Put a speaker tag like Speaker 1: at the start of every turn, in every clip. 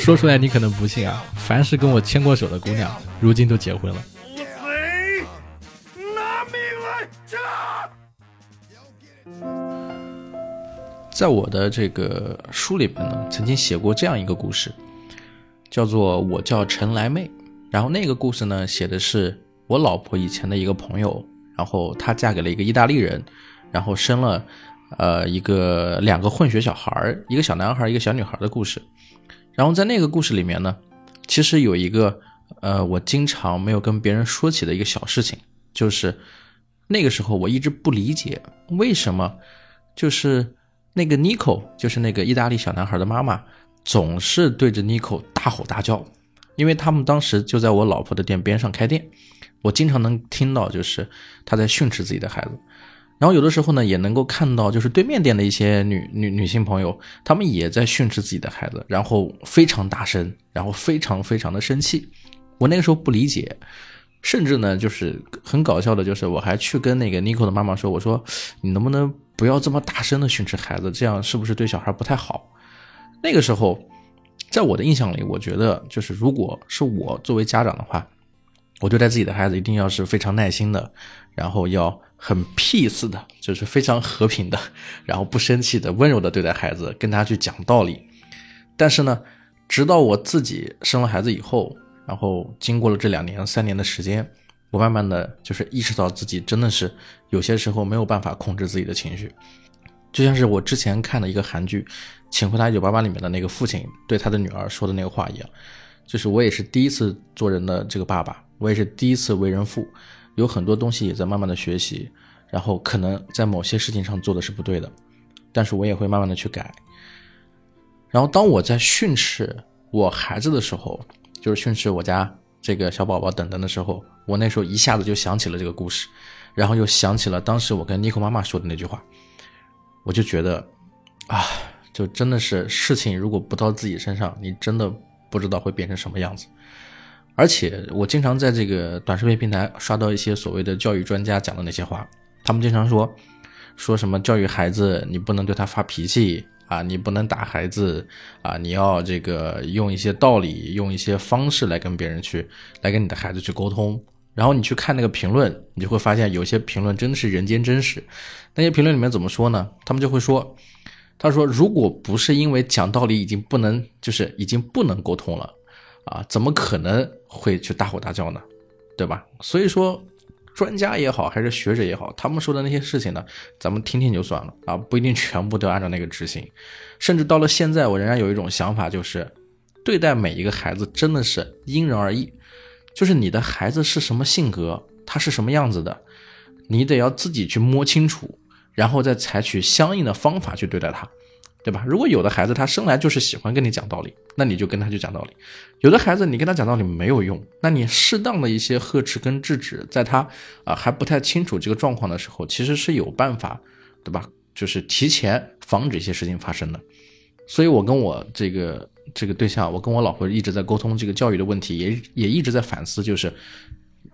Speaker 1: 说出来你可能不信啊，凡是跟我牵过手的姑娘，如今都结婚了。
Speaker 2: 贼，拿命来炸！
Speaker 3: 在我的这个书里边呢，曾经写过这样一个故事，叫做《我叫陈来妹》。然后那个故事呢，写的是我老婆以前的一个朋友，然后她嫁给了一个意大利人，然后生了呃一个两个混血小孩儿，一个小男孩儿，一个小女孩儿的故事。然后在那个故事里面呢，其实有一个呃，我经常没有跟别人说起的一个小事情，就是那个时候我一直不理解为什么，就是那个 Nico，就是那个意大利小男孩的妈妈，总是对着 Nico 大吼大叫，因为他们当时就在我老婆的店边上开店，我经常能听到就是他在训斥自己的孩子。然后有的时候呢，也能够看到，就是对面店的一些女女女性朋友，她们也在训斥自己的孩子，然后非常大声，然后非常非常的生气。我那个时候不理解，甚至呢，就是很搞笑的，就是我还去跟那个 Nico 的妈妈说，我说你能不能不要这么大声的训斥孩子，这样是不是对小孩不太好？那个时候，在我的印象里，我觉得就是如果是我作为家长的话，我对待自己的孩子一定要是非常耐心的，然后要很 peace 的，就是非常和平的，然后不生气的、温柔的对待孩子，跟他去讲道理。但是呢，直到我自己生了孩子以后，然后经过了这两年、三年的时间，我慢慢的就是意识到自己真的是有些时候没有办法控制自己的情绪。就像是我之前看的一个韩剧《请回答一九八八》里面的那个父亲对他的女儿说的那个话一样，就是我也是第一次做人的这个爸爸，我也是第一次为人父，有很多东西也在慢慢的学习，然后可能在某些事情上做的是不对的，但是我也会慢慢的去改。然后当我在训斥我孩子的时候，就是训斥我家这个小宝宝等等的时候，我那时候一下子就想起了这个故事，然后又想起了当时我跟妮蔻妈妈说的那句话，我就觉得啊，就真的是事情如果不到自己身上，你真的不知道会变成什么样子。而且我经常在这个短视频平台刷到一些所谓的教育专家讲的那些话，他们经常说说什么教育孩子，你不能对他发脾气啊，你不能打孩子啊，你要这个用一些道理，用一些方式来跟别人去，来跟你的孩子去沟通。然后你去看那个评论，你就会发现有些评论真的是人间真实。那些评论里面怎么说呢？他们就会说，他说如果不是因为讲道理已经不能，就是已经不能沟通了，啊，怎么可能会去大吼大叫呢？对吧？所以说，专家也好，还是学者也好，他们说的那些事情呢，咱们听听就算了啊，不一定全部都要按照那个执行。甚至到了现在，我仍然有一种想法，就是对待每一个孩子真的是因人而异，就是你的孩子是什么性格，他是什么样子的，你得要自己去摸清楚，然后再采取相应的方法去对待他，对吧？如果有的孩子他生来就是喜欢跟你讲道理，那你就跟他去讲道理；有的孩子你跟他讲道理没有用，那你适当的一些呵斥跟制止，在他啊、还不太清楚这个状况的时候，其实是有办法，对吧？就是提前防止一些事情发生的。所以我跟我这个这个对象，我跟我老婆一直在沟通这个教育的问题，也也一直在反思，就是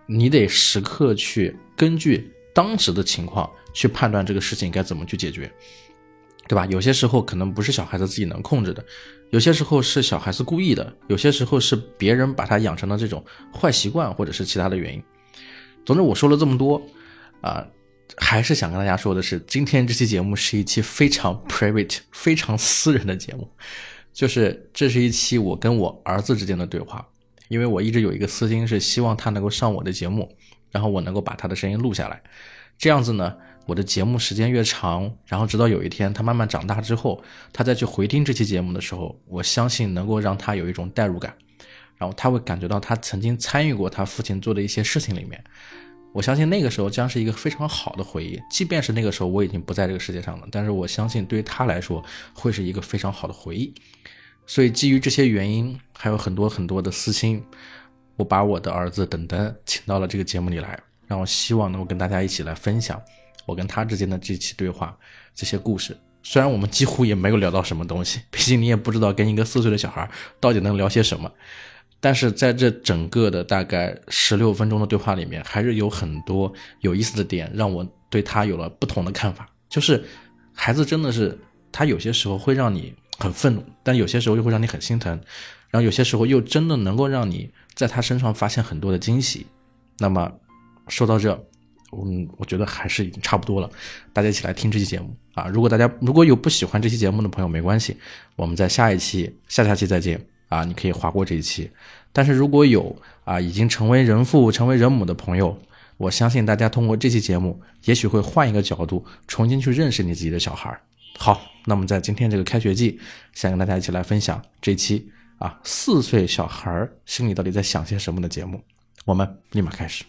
Speaker 3: 你得时刻去根据当时的情况去判断这个事情该怎么去解决，对吧？有些时候可能不是小孩子自己能控制的，有些时候是小孩子故意的，有些时候是别人把他养成了这种坏习惯，或者是其他的原因。总之，我说了这么多，啊、还是想跟大家说的是，今天这期节目是一期非常 private、非常私人的节目，就是这是一期我跟我儿子之间的对话，因为我一直有一个私心是希望他能够上我的节目，然后我能够把他的声音录下来，这样子呢，我的节目时间越长，然后直到有一天他慢慢长大之后，他再去回听这期节目的时候，我相信能够让他有一种代入感，然后他会感觉到他曾经参与过他父亲做的一些事情里面，我相信那个时候将是一个非常好的回忆，即便是那个时候我已经不在这个世界上了，但是我相信对于他来说会是一个非常好的回忆。所以基于这些原因，还有很多很多的私心，我把我的儿子等等请到了这个节目里来，让我希望能够跟大家一起来分享我跟他之间的这期对话、这些故事。虽然我们几乎也没有聊到什么东西，毕竟你也不知道跟一个四岁的小孩到底能聊些什么，但是在这整个的大概十六分钟的对话里面，还是有很多有意思的点，让我对他有了不同的看法。就是孩子真的是，他有些时候会让你很愤怒，但有些时候又会让你很心疼，然后有些时候又真的能够让你在他身上发现很多的惊喜。那么说到这，嗯，我觉得还是已经差不多了，大家一起来听这期节目啊！如果大家如果有不喜欢这期节目的朋友，没关系，我们在下一期、下下期再见啊！你可以划过这一期，但是如果有啊已经成为人父、成为人母的朋友，我相信大家通过这期节目，也许会换一个角度，重新去认识你自己的小孩儿。好，那么在今天这个开学季，想跟大家一起来分享这期啊四岁小孩儿心里到底在想些什么的节目。我们立马开始。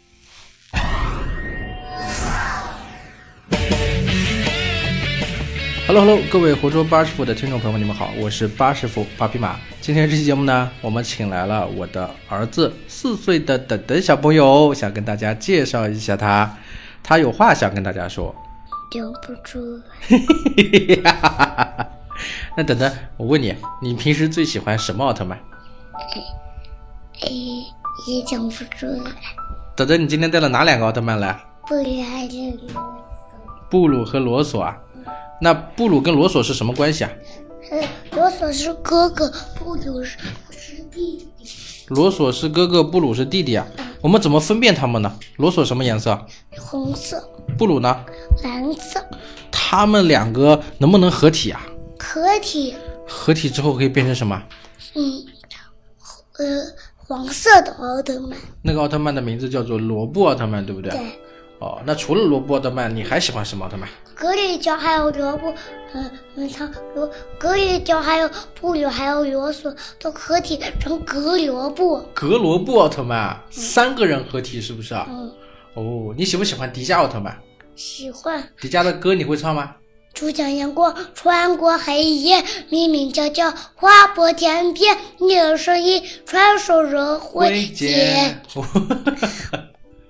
Speaker 3: Hello Hello，各位活捉八师傅的听众朋友们，你们好，我是八师傅八匹马。今天这期节目呢，我们请来了我的儿子四岁的等等小朋友，想跟大家介绍一下他，他有话想跟大家说。
Speaker 4: 留不住了，
Speaker 3: 那等等，我问你，你平时最喜欢什么奥特曼？
Speaker 4: 哎，也讲不住了，
Speaker 3: 等等，你今天带了哪两个奥特曼来？
Speaker 4: 不然人
Speaker 3: 布鲁和罗索啊？那布鲁跟罗索是什么关系啊？
Speaker 4: 呃，罗索是哥哥，布鲁是是弟弟，
Speaker 3: 罗索是哥哥，布鲁是弟弟啊。我们怎么分辨他们呢？罗索什么颜色？
Speaker 4: 红色、
Speaker 3: 布鲁呢？
Speaker 4: 蓝色，
Speaker 3: 他们两个能不能合体啊？
Speaker 4: 可体，
Speaker 3: 合体之后可以变成什么？
Speaker 4: 嗯，呃，黄色的奥特曼，
Speaker 3: 那个奥特曼的名字叫做罗布奥特曼，对不对？
Speaker 4: 对，
Speaker 3: 哦，那除了罗布奥特曼，你还喜欢什么奥特曼？
Speaker 4: 格里乔还有罗布，嗯嗯，他罗格里乔还有布鲁还有罗索都合体成格罗布，
Speaker 3: 格罗布奥特曼啊，三个人合体是不是啊？
Speaker 4: 嗯，
Speaker 3: 哦，你喜不喜欢迪迦奥特曼？
Speaker 4: 喜欢。
Speaker 3: 迪迦的歌你会唱吗？
Speaker 4: 主讲阳光穿过黑夜，明明悄悄划破天边，你的声音传说着
Speaker 3: 辉
Speaker 4: 会
Speaker 3: 姐
Speaker 4: 解，，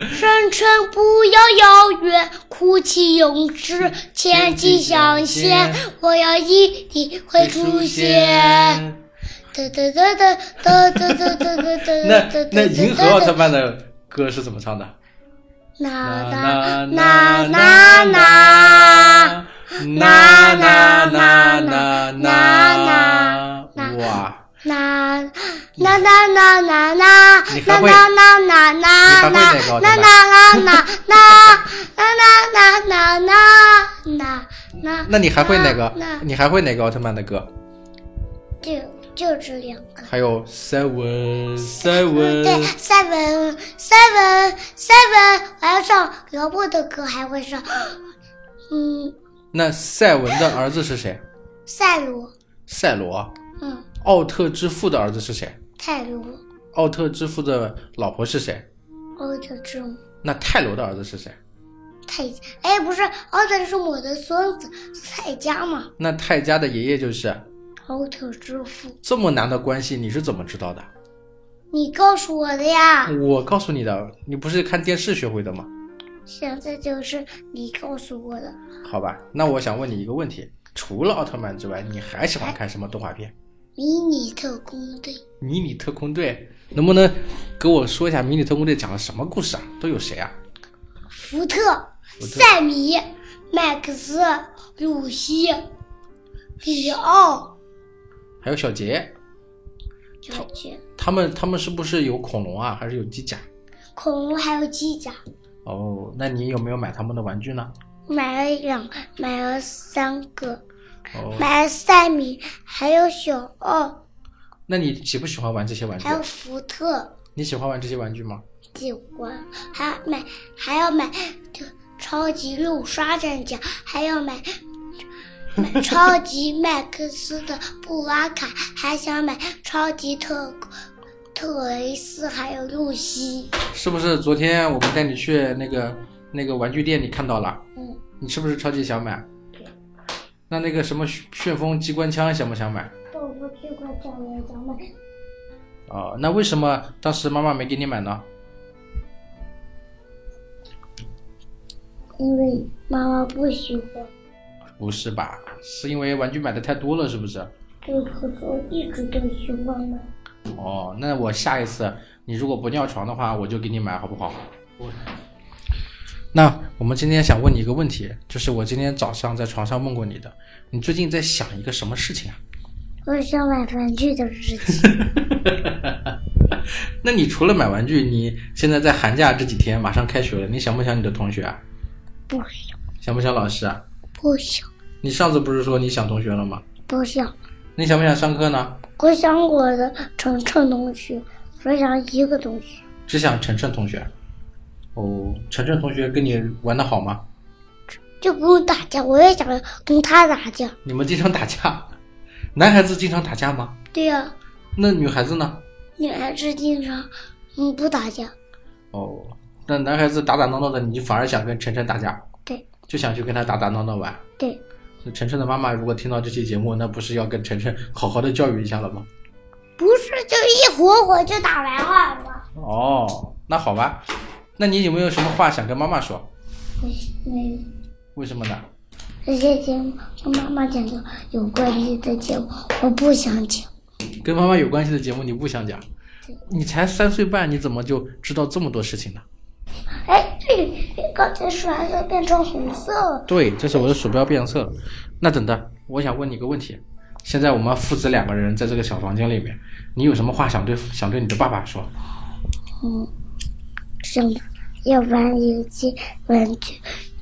Speaker 4: 声称不要遥远，哭泣永志前进向前，我要一定会出现。。哒哒哒哒哒哒哒哒哒哒
Speaker 3: 那
Speaker 4: 哒
Speaker 3: 那银河奥特
Speaker 4: 哒。
Speaker 3: 曼的歌是怎么唱的？
Speaker 4: 呐呐呐呐呐，
Speaker 3: 呐呐呐呐呐呐！哇，
Speaker 4: 呐呐呐呐呐呐呐
Speaker 3: 你还
Speaker 4: 呐
Speaker 3: 会
Speaker 4: 呐呐呐呐
Speaker 3: 你还会哪个奥特曼
Speaker 4: 呐呐呐呐呐呐呐呐呐呐
Speaker 3: 那你还会哪个
Speaker 4: 那？
Speaker 3: 你还会哪个奥特曼的歌？
Speaker 4: 就就这两个。
Speaker 3: 还有 Seven
Speaker 4: 对
Speaker 3: Seven，
Speaker 4: ，seven seven seven，我要唱罗布的歌，还会唱，嗯，
Speaker 3: 那赛文的儿子是谁？
Speaker 4: 赛罗，
Speaker 3: 赛罗。
Speaker 4: 嗯，
Speaker 3: 奥特之父的儿子是谁？
Speaker 4: 泰罗，
Speaker 3: 奥特之父的老婆是谁？
Speaker 4: 奥特之母，
Speaker 3: 那泰罗的儿子是谁？
Speaker 4: 泰，哎，不是，奥特之母的孙子是泰迦嘛？哦
Speaker 3: 那泰迦的爷爷就是。
Speaker 4: 奥特之父，
Speaker 3: 这么难的关系，你是怎么知道的？
Speaker 4: 你告诉我的呀。
Speaker 3: 我告诉你的，你不是看电视学会的吗？
Speaker 4: 现在就是你告诉我的，
Speaker 3: 好吧，那我想问你一个问题：除了奥特曼之外，你还喜
Speaker 4: 哎
Speaker 3: 欢看什么动画片？
Speaker 4: 迷你特工队
Speaker 3: 迷你特工队，能不能给我说一下迷你特工队讲了什么故事啊？都有谁啊？
Speaker 4: 福特、赛米、麦克斯、露西、里奥、
Speaker 3: 还有小杰，
Speaker 4: 小杰、
Speaker 3: 他们他们是不是有恐龙啊？还是有机甲？
Speaker 4: 恐龙还有机甲。
Speaker 3: 哦，那你有没有买他们的玩具呢？
Speaker 4: 买了两，买了三个，
Speaker 3: 哦，
Speaker 4: 买了赛米，还有小奥，
Speaker 3: 那你喜不喜欢玩这些玩具啊
Speaker 4: 还？有福特，
Speaker 3: 你喜欢玩这些玩具吗？
Speaker 4: 喜欢，还要买，还要买就超级露莎战甲，还要买买超级麦克斯的布拉卡，还想买超级特特雷斯，还有露西。
Speaker 3: 是不是昨天我们带你去那个那个玩具店，你看到了？
Speaker 4: 嗯，
Speaker 3: 你是不是超级想买？
Speaker 4: 对。
Speaker 3: 那那个什么旋旋风机关枪想不想买？
Speaker 4: 我不去过找人想买，
Speaker 3: 哦，那为什么当时妈妈没给你买呢？
Speaker 4: 因为妈妈不喜欢，
Speaker 3: 不是吧？是因为玩具买的太多了，是不是？
Speaker 4: 对，可是我一直都喜欢买。
Speaker 3: 哦，那我下一次你如果不尿床的话，我就给你买，好不好？那我们今天想问你一个问题，就是我今天早上在床上问过你的，你最近在想一个什么事情啊？
Speaker 4: 我想买玩具的日记。
Speaker 3: 那你除了买玩具，你现在在寒假这几天马上开学了，你想不想你的同学啊？
Speaker 4: 不想，
Speaker 3: 想不想老师啊？
Speaker 4: 不想，
Speaker 3: 你上次不是说你想同学了吗？
Speaker 4: 不想。
Speaker 3: 那你想不想上课呢？
Speaker 4: 我想我的晨晨同学，我想一个同学，
Speaker 3: 只想晨晨同学。哦，晨晨同学跟你玩的好吗？
Speaker 4: 就不用打架。我也想跟他打架。
Speaker 3: 你们经常打架？ 男孩子经常打架吗？
Speaker 4: 对呀、
Speaker 3: 那女孩子呢？
Speaker 4: 女孩子经常嗯不打架。
Speaker 3: 哦，那男孩子打打闹闹的，你反而想跟晨晨打架，
Speaker 4: 对
Speaker 3: 就想去跟他打打闹闹玩。
Speaker 4: 对，
Speaker 3: 那晨晨的妈妈如果听到这期节目，那不是要跟晨晨好好的教育一下了吗？
Speaker 4: 不是就一火火就打完了吗？
Speaker 3: 哦，那好吧，那你有没有什么话想跟妈妈说？
Speaker 4: 没没有。
Speaker 3: 为什么呢？
Speaker 4: 这些嗯节目和妈妈讲的有关系的节目，我不想讲。
Speaker 3: 跟妈妈有关系的节目你不想讲？你才三岁半，你怎么就知道这么多事情呢？
Speaker 4: 哎，对，刚才说完就变成红色了。
Speaker 3: 对，这是我的鼠标变色了。那等等，我想问你个问题。现在我们父子两个人在这个小房间里面，你有什么话想对想对你的爸爸说？
Speaker 4: 什么？要玩游戏玩具，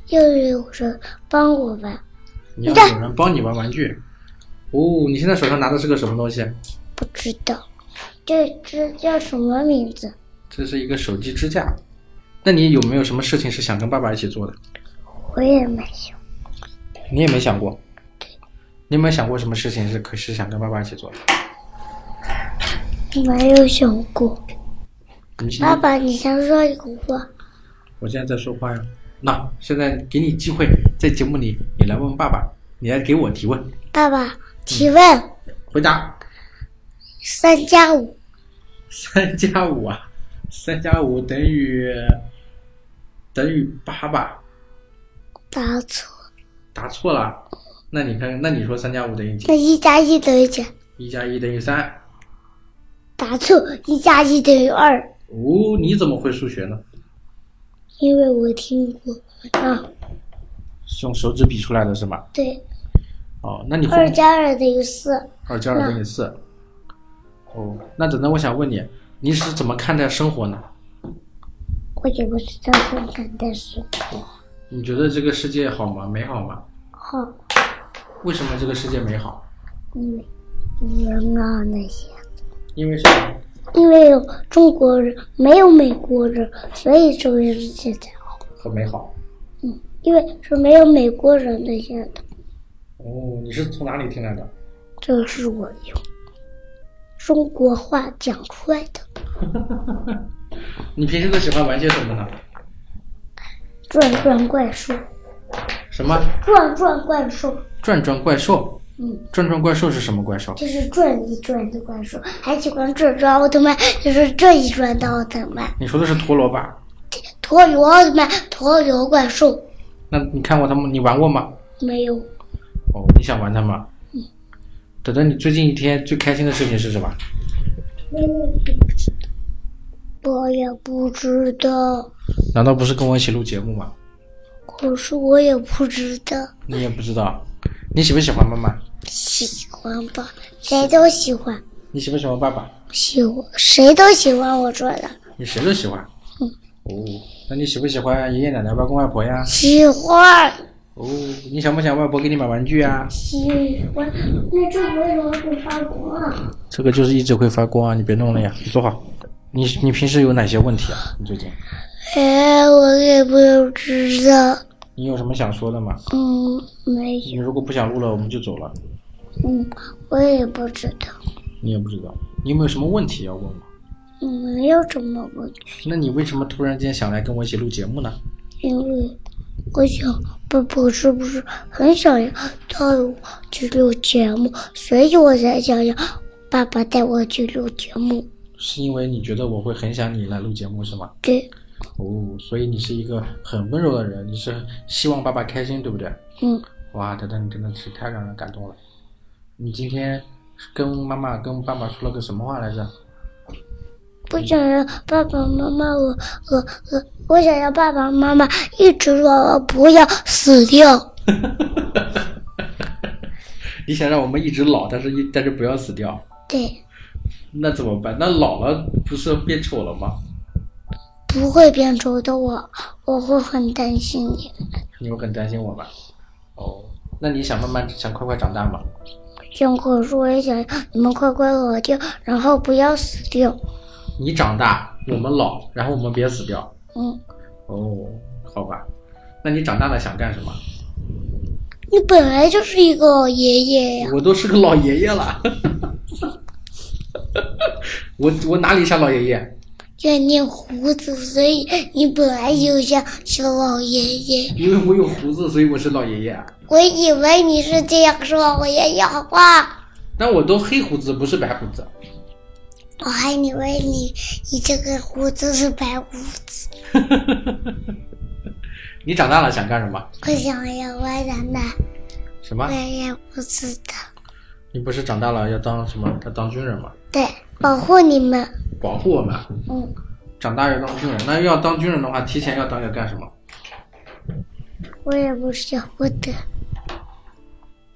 Speaker 4: 又有人帮我玩
Speaker 3: 你要有人帮你玩玩具。哦，你现在手上拿的是个什么东西？
Speaker 4: 不知道这只叫什么名字？
Speaker 3: 这是一个手机支架。那你有没有什么事情是想跟爸爸一起做的？
Speaker 4: 我也没有。
Speaker 3: 你也没想过。你有没有想过什么事情是可是想跟爸爸一起做的？
Speaker 4: 没有想过。
Speaker 3: 你现
Speaker 4: 爸
Speaker 3: 在，
Speaker 4: 爸，你先说一个话。
Speaker 3: 我现在在说话呀。那现在给你机会，在节目里你来问爸爸，你来给我提问，
Speaker 4: 爸爸提问：
Speaker 3: 回答。
Speaker 4: 三加五
Speaker 3: 三加五啊，三加五等于等于八吧？
Speaker 4: 答错，
Speaker 3: 答错了。那你看，那你说三加五等于几
Speaker 4: 那？一加一等于几？
Speaker 3: 一加一等于三。
Speaker 4: 答错，一加一等于二。
Speaker 3: 哦，你怎么会数学呢？
Speaker 4: 因为我听过啊，
Speaker 3: 是用手指比出来的是吗？
Speaker 4: 对，
Speaker 3: 哦，那你会
Speaker 4: 二加二等于四。
Speaker 3: 二加二等于四。哦，那等等，我想问你，你是怎么看待生活呢？
Speaker 4: 我也不知道怎么看待生活。
Speaker 3: 你觉得这个世界好吗？美好吗？
Speaker 4: 好，
Speaker 3: 为什么这个世界美好？
Speaker 4: 因为人啊那些，
Speaker 3: 因为什么？
Speaker 4: 因为有中国人没有美国人，所以这个世界才好。
Speaker 3: 很美好。
Speaker 4: 因为是没有美国人那些的，
Speaker 3: 哦，你是从哪里听来的？
Speaker 4: 这是我用中国话讲出来的。
Speaker 3: 你平时都喜欢玩些什么呢？
Speaker 4: 转转怪兽，
Speaker 3: 什么？
Speaker 4: 转转怪兽，
Speaker 3: 转转怪兽？
Speaker 4: 嗯，
Speaker 3: 转转怪兽是什么怪兽？
Speaker 4: 就是转一转的怪兽，还喜欢转转奥特曼，就是这一转的奥特曼。
Speaker 3: 你说的是陀螺吧？
Speaker 4: 陀螺奥特曼、陀螺怪兽
Speaker 3: 那你看过他们？你玩过吗？
Speaker 4: 没有
Speaker 3: 哦，你想玩它吗？等等，你最近一天最开心的事情是什么？
Speaker 4: 我也不知道，
Speaker 3: 难道不是跟我一起录节目吗？
Speaker 4: 可是我也不知道
Speaker 3: 你也不知道，你喜不喜欢妈妈？
Speaker 4: 喜欢吧，谁都喜欢，
Speaker 3: 你喜不喜欢爸爸？
Speaker 4: 喜欢谁都喜欢我说的，
Speaker 3: 你谁都喜欢。哦，那你喜不喜欢爷爷奶奶、外公外婆呀？
Speaker 4: 喜欢
Speaker 3: 哦，你想不想外婆给你买玩具啊？
Speaker 4: 喜欢。那这为什么会发光啊？
Speaker 3: 这个就是一直会发光啊！你别弄了呀，你坐好。你你平时有哪些问题啊？你最近
Speaker 4: 哎，我也不知道，
Speaker 3: 你有什么想说的吗？
Speaker 4: 嗯，没
Speaker 3: 你
Speaker 4: 有，
Speaker 3: 如果不想录了，我们就走了。
Speaker 4: 嗯，我也不知道，
Speaker 3: 你也不知道，你有没有什么问题要问我？
Speaker 4: 嗯没有什么问题，
Speaker 3: 那你为什么突然间想来跟我一起录节目呢？
Speaker 4: 因为我想爸爸是不是很想要带我去录节目，所以我才想要爸爸带我去录节目。
Speaker 3: 是因为你觉得我会很想你来录节目是吗？
Speaker 4: 对，
Speaker 3: 哦，所以你是一个很温柔的人，你是希望爸爸开心，对不对？
Speaker 4: 嗯，
Speaker 3: 哇，等等，你真的是太让人感动了。你今天跟妈妈、跟爸爸说了个什么话来着？
Speaker 4: 不想要爸爸妈妈，我我我我想要爸爸妈妈一直说我不要死掉。
Speaker 3: 你想让我们一直老，但是一但是不要死掉，
Speaker 4: 对，
Speaker 3: 那怎么办？那老了不是变丑了吗？
Speaker 4: 不会变丑的我，我会很担心你。
Speaker 3: 你会很担心我吧？哦，那你想慢慢想快快长大吗？
Speaker 4: 想可是我也想你们快快老掉，然后不要死掉。
Speaker 3: 你长大，我们老，然后我们别死掉。
Speaker 4: 嗯，
Speaker 3: 哦，好吧，那你长大了想干什么？
Speaker 4: 你本来就是一个老爷爷呀。
Speaker 3: 我都是个老爷爷了， 我我哪里像老爷爷？
Speaker 4: 要念胡子，所以你本来就像小老爷爷。
Speaker 3: 因为我有胡子，所以我是老爷啊爷。
Speaker 4: 我以为你是这样说我爷爷好吧？
Speaker 3: 但我都黑胡子，不是白胡子。
Speaker 4: 我还以为你你这个胡子是白胡子。
Speaker 3: 你长大了想干什么？
Speaker 4: 我想要外奶奶，
Speaker 3: 什么
Speaker 4: 我？也不知道。
Speaker 3: 你不是长大了要当什么？要当军人吗？
Speaker 4: 对，保护你们。
Speaker 3: 保护我们。
Speaker 4: 嗯，
Speaker 3: 长大要当军人，那要当军人的话，提前要当要干什么？
Speaker 4: 我也不晓得。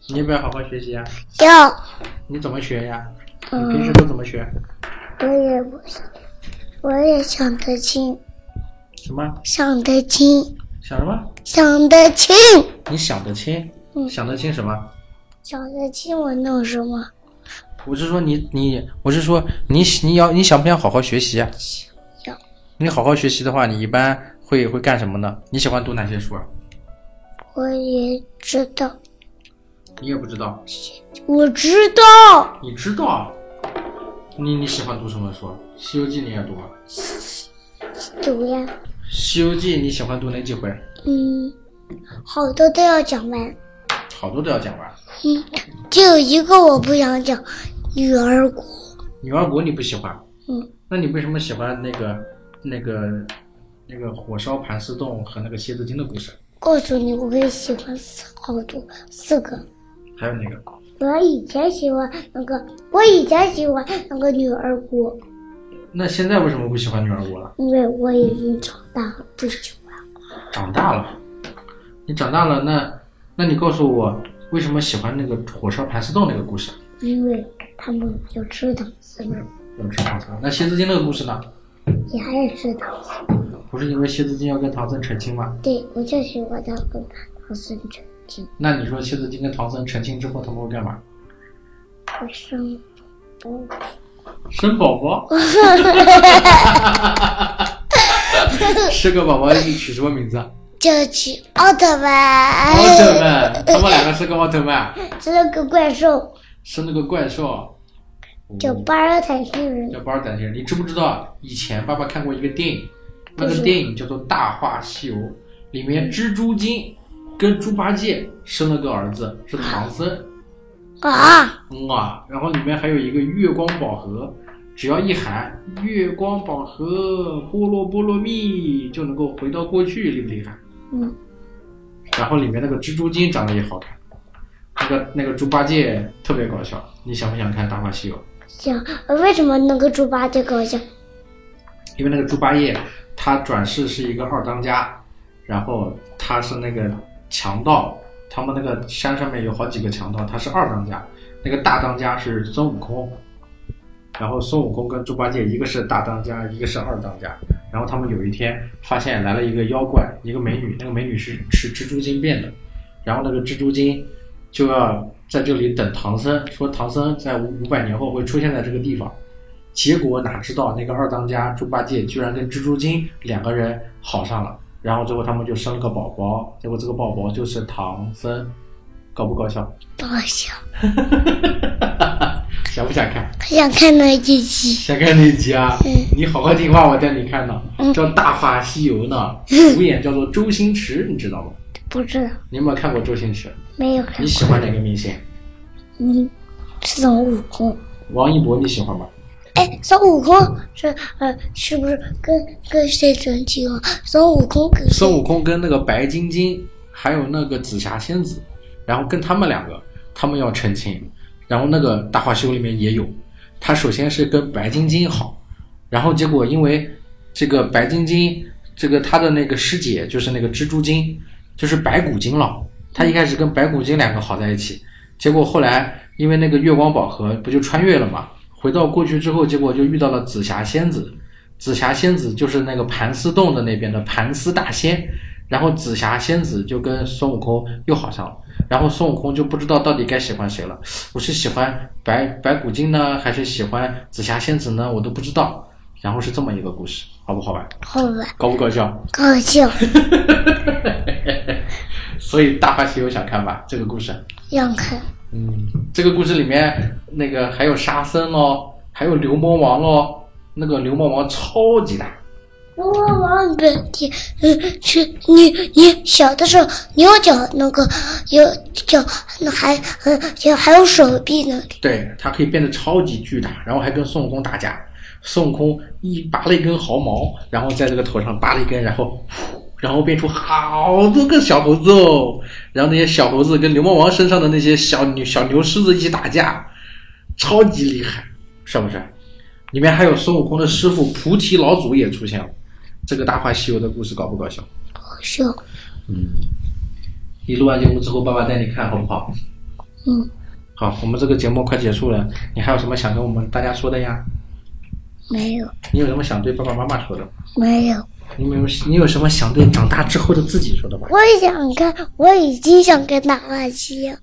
Speaker 3: 你要不要好好学习啊？
Speaker 4: 要，
Speaker 3: 你怎么学呀？你平时
Speaker 4: 嗯，
Speaker 3: 都怎么学？
Speaker 4: 我也不，我也想得清，
Speaker 3: 什么？
Speaker 4: 想得清，
Speaker 3: 想什么？
Speaker 4: 想得清，
Speaker 3: 你想得清？
Speaker 4: 嗯
Speaker 3: 想得清什么？
Speaker 4: 想得清，我弄什么？
Speaker 3: 我是说你你，我是说你你要你想不想好好学习啊？
Speaker 4: 要
Speaker 3: 你好好学习的话，你一般会会干什么呢？你喜欢读哪些书啊？
Speaker 4: 我也知道，
Speaker 3: 你也不知道，
Speaker 4: 我知道，
Speaker 3: 你知道？你你喜欢读什么书？《啊西游记》你也读啊？《
Speaker 4: 主呀，
Speaker 3: 西游记》你喜欢读哪几回？
Speaker 4: 嗯，好多都要讲完，
Speaker 3: 好多都要讲完。
Speaker 4: 嗯，只有一个我不想讲，女儿国，
Speaker 3: 女儿国你不喜欢，
Speaker 4: 嗯，
Speaker 3: 那你为什么喜欢那个那个那个火烧盘丝洞和那个蝎子精的故事？
Speaker 4: 告诉你，我也喜欢四好多四个。
Speaker 3: 还有那个
Speaker 4: 我以前喜欢那个，我以前喜欢那个女儿国，
Speaker 3: 那现在为什么不喜欢女儿国了？
Speaker 4: 因为我已经长大了，不喜欢。
Speaker 3: 长大了，你长大了，那那你告诉我，为什么喜欢那个火烧盘丝洞那个故事？啊
Speaker 4: 因为他们要吃糖丝嘛，
Speaker 3: 要吃唐僧。那蝎子精那个故事呢？
Speaker 4: 你还要吃糖丝。
Speaker 3: 不是因为蝎子精要跟唐僧成亲吗？
Speaker 4: 对，我就喜欢他跟唐僧成亲，
Speaker 3: 那你说蝎子精跟唐僧成亲之后，他们会干嘛？
Speaker 4: 我生不
Speaker 3: 生宝宝。生个宝宝取什么名字啊？
Speaker 4: 就去奥特曼，
Speaker 3: 奥特曼，他们两个是个奥特曼，
Speaker 4: 吃了个怪兽，
Speaker 3: 生了个怪兽，
Speaker 4: 叫巴尔坦星人，
Speaker 3: 叫巴尔坦星人。你知不知道？以前爸爸看过一个电影，那
Speaker 4: 就
Speaker 3: 个
Speaker 4: 是
Speaker 3: 电影叫做《大话西游》，里面蜘蛛精跟猪八戒生了个儿子，是唐僧。
Speaker 4: 啊，
Speaker 3: 嗯啊，然后里面还有一个月光宝盒，只要一喊“月光宝盒，波罗波罗蜜”，就能够回到过去，厉不厉害？
Speaker 4: 嗯，
Speaker 3: 然后里面那个蜘蛛精长得也好看，那个那个猪八戒特别搞笑。你想不想看《大话西游》？
Speaker 4: 想为什么那个猪八戒搞笑？
Speaker 3: 因为那个猪八戒他转世是一个二当家，然后他是那个强盗，他们那个山上面有好几个强盗，他是二当家，那个大当家是孙悟空，然后孙悟空跟猪八戒一个是大当家，一个是二当家，然后他们有一天发现来了一个妖怪，一个美女，那个美女是是蜘蛛精变的，然后那个蜘蛛精就要在这里等唐僧，说唐僧在五五百年后会出现在这个地方。结果哪知道那个二当家猪八戒居然跟蜘蛛精两个人好上了，然后最后他们就生了个宝宝，结果这个宝宝就是唐僧，搞不搞笑？
Speaker 4: 搞笑，
Speaker 3: 想不想看？
Speaker 4: 我想看那一集。
Speaker 3: 想看哪集啊？你好好听话，我带你看呢，
Speaker 4: 嗯
Speaker 3: 叫《大话西游》呢，主演叫做周星驰，你知道吗？
Speaker 4: 不知道，
Speaker 3: 你有没有看过周星驰？
Speaker 4: 没有看
Speaker 3: 你喜欢哪个明星？
Speaker 4: 嗯，是孙悟空。
Speaker 3: 王一博你喜欢吗？
Speaker 4: 哎，孙悟空是呃，是不是跟跟谁成亲了？孙悟空跟谁
Speaker 3: 孙悟空跟那个白晶晶，还有那个紫霞仙子，然后跟他们两个，他们要成亲。然后那个《大话西游》里面也有，他首先是跟白晶晶好，然后结果因为这个白晶晶，这个他的那个师姐就是那个蜘蛛精，就是白骨精了。他一开始跟白骨精两个好在一起，结果后来因为那个月光宝盒不就穿越了嘛，回到过去之后，结果就遇到了紫霞仙子。紫霞仙子就是那个盘丝洞的那边的盘丝大仙，然后紫霞仙子就跟孙悟空又好上了，然后孙悟空就不知道到底该喜欢谁了。我是喜欢白白骨精呢，还是喜欢紫霞仙子呢？我都不知道。然后是这么一个故事，好不好玩？
Speaker 4: 好吧，
Speaker 3: 搞不搞笑？
Speaker 4: 高兴，
Speaker 3: 所以《大话西游》想看吧？这个故事，
Speaker 4: 让看，
Speaker 3: 嗯，这个故事里面那个还有沙僧咯，还有牛魔王咯，那个牛魔王超级大，
Speaker 4: 我忘了你，嗯，是你你小的时候，你有脚那个有脚，那还嗯，有还有手臂呢，
Speaker 3: 对，它可以变得超级巨大，然后还跟孙悟空打架。孙悟空一拔了一根毫毛，然后在这个头上拔了一根，然后呼，然后变出好多个小猴子哦。然后那些小猴子跟牛魔王身上的那些小牛小牛狮子一起打架，超级厉害，帅不帅？里面还有孙悟空的师傅菩提老祖也出现了。这个《大话西游》的故事搞不搞笑？
Speaker 4: 好笑，
Speaker 3: 你录完节目之后，爸爸带你看好不好？
Speaker 4: 嗯，
Speaker 3: 好，我们这个节目快结束了，你还有什么想跟我们大家说的呀？
Speaker 4: 没有
Speaker 3: 你有什么想对爸爸妈妈说的吗？
Speaker 4: 没有，
Speaker 3: 你有没有你有什么想对长大之后的自己说的吗？
Speaker 4: 我想看，我已经想看大话西游，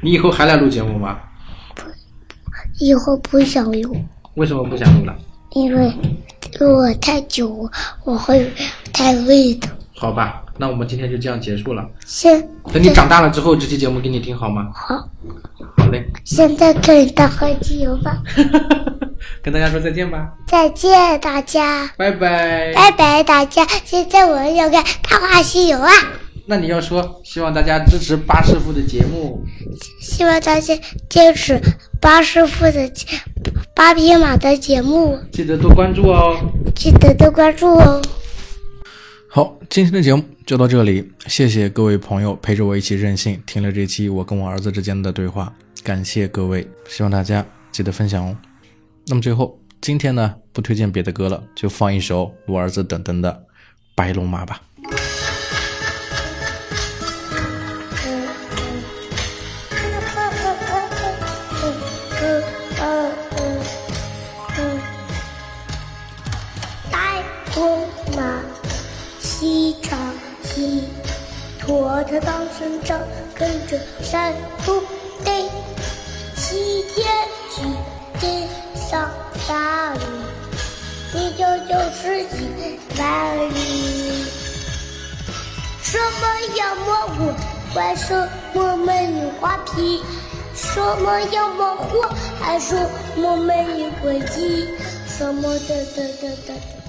Speaker 3: 你以后还来录节目吗？
Speaker 4: 以后不想有。
Speaker 3: 为什么不想录了？
Speaker 4: 因为我太久，我会太累的。
Speaker 3: 好吧，那我们今天就这样结束了。
Speaker 4: 现
Speaker 3: 等你长大了之后，这期节目给你听好吗？
Speaker 4: 好，
Speaker 3: 好嘞，
Speaker 4: 现在可以大话西游吧。
Speaker 3: 跟大家说再见吧，
Speaker 4: 再见大家，
Speaker 3: 拜拜。
Speaker 4: 拜拜大家。现在我们要看大话西游啊！
Speaker 3: 那你要说，希望大家支持八师傅的节目。
Speaker 4: 希望大家坚持八师傅的节八匹马的节目，
Speaker 3: 记得多关注哦。
Speaker 4: 记得多关注哦。
Speaker 3: 好，今天的节目就到这里，谢谢各位朋友陪着我一起任性，听了这期我跟我儿子之间的对话，感谢各位，希望大家记得分享哦。那么最后，今天呢不推荐别的歌了，就放一首我儿子等等的《白龙马》吧。
Speaker 4: 白龙马，西长西，驮着当身杖，跟着山猪飞。西天取经上大路，一九九十几万里。什么妖魔鬼怪，什么美女画皮，什么妖魔惑，还说我美女诡计，什么的的的的的。